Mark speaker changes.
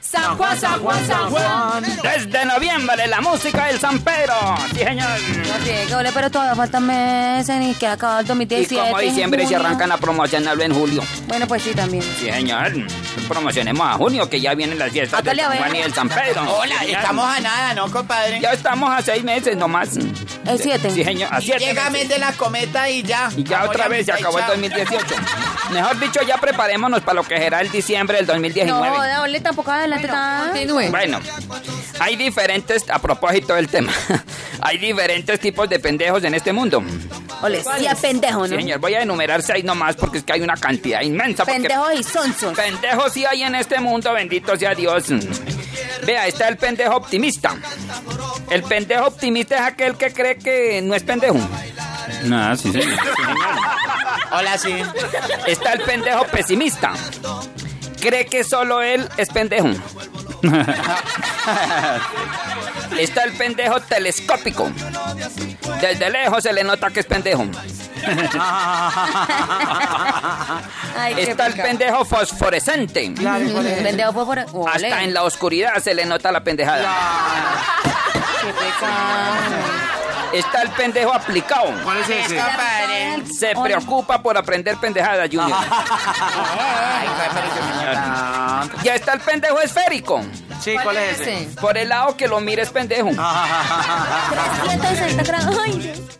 Speaker 1: San Juan, San Juan, San Juan.
Speaker 2: Desde noviembre, la música del San Pedro. Sí, señor.
Speaker 1: Así es, que ole, pero todavía faltan meses ni que acaba el
Speaker 2: Y
Speaker 1: 2017.
Speaker 2: como diciembre se
Speaker 1: junio.
Speaker 2: arrancan a promocionarlo en julio.
Speaker 1: Bueno, pues sí, también.
Speaker 2: Sí, señor. Promocionemos a junio, que ya vienen las fiestas de
Speaker 1: Hágale, a
Speaker 2: San
Speaker 1: ver.
Speaker 2: Juan y el San Pedro.
Speaker 3: Hola,
Speaker 2: Sí, señor.
Speaker 3: estamos a nada, ¿no, compadre?
Speaker 2: Ya estamos a seis meses nomás.
Speaker 1: Es siete.
Speaker 2: Sí, señor, a siete
Speaker 3: Llega
Speaker 2: meses.
Speaker 3: mes de la cometa y ya.
Speaker 2: Y ya otra vez se acabó el 2018. Mejor dicho, ya preparémonos para lo que será el diciembre del 2019.
Speaker 1: No, joda, ole, tampoco adelante tan.
Speaker 4: Continúe.
Speaker 2: Bueno, hay diferentes, a propósito del tema, hay diferentes tipos de pendejos en este mundo.
Speaker 1: Ole, sí es pendejo,
Speaker 2: Sí,
Speaker 1: ¿no?
Speaker 2: señor, voy a enumerar seis nomás porque es que hay una cantidad inmensa. porque-
Speaker 1: Pendejos y sonsos.
Speaker 2: Pendejos sí hay en este mundo, bendito sea Dios. Vea, está el pendejo optimista. El pendejo optimista es aquel que cree que no es pendejo. No, sí, señor.
Speaker 3: Hola, sí.
Speaker 2: Está el pendejo pesimista. Cree que solo él es pendejo. Está el pendejo telescópico. Desde lejos se le nota que es pendejo.
Speaker 1: Ay, qué
Speaker 2: Está el
Speaker 1: pecado.
Speaker 2: pendejo fosforescente.
Speaker 1: Mm, Pendejo fue por. Ole,
Speaker 2: Hasta en la oscuridad se le nota la pendejada.
Speaker 1: qué pecado.
Speaker 2: Está el pendejo aplicado.
Speaker 5: ¿Cuál es ese?
Speaker 3: Compadre.
Speaker 2: Se preocupa por aprender pendejadas, Junior.
Speaker 3: Ay, compadre, yo me llamo.
Speaker 2: Ya está el pendejo esférico.
Speaker 5: Sí, ¿cuál es ese?
Speaker 2: Por el lado que lo mires pendejo.
Speaker 1: 360 grados. Ay, Dios.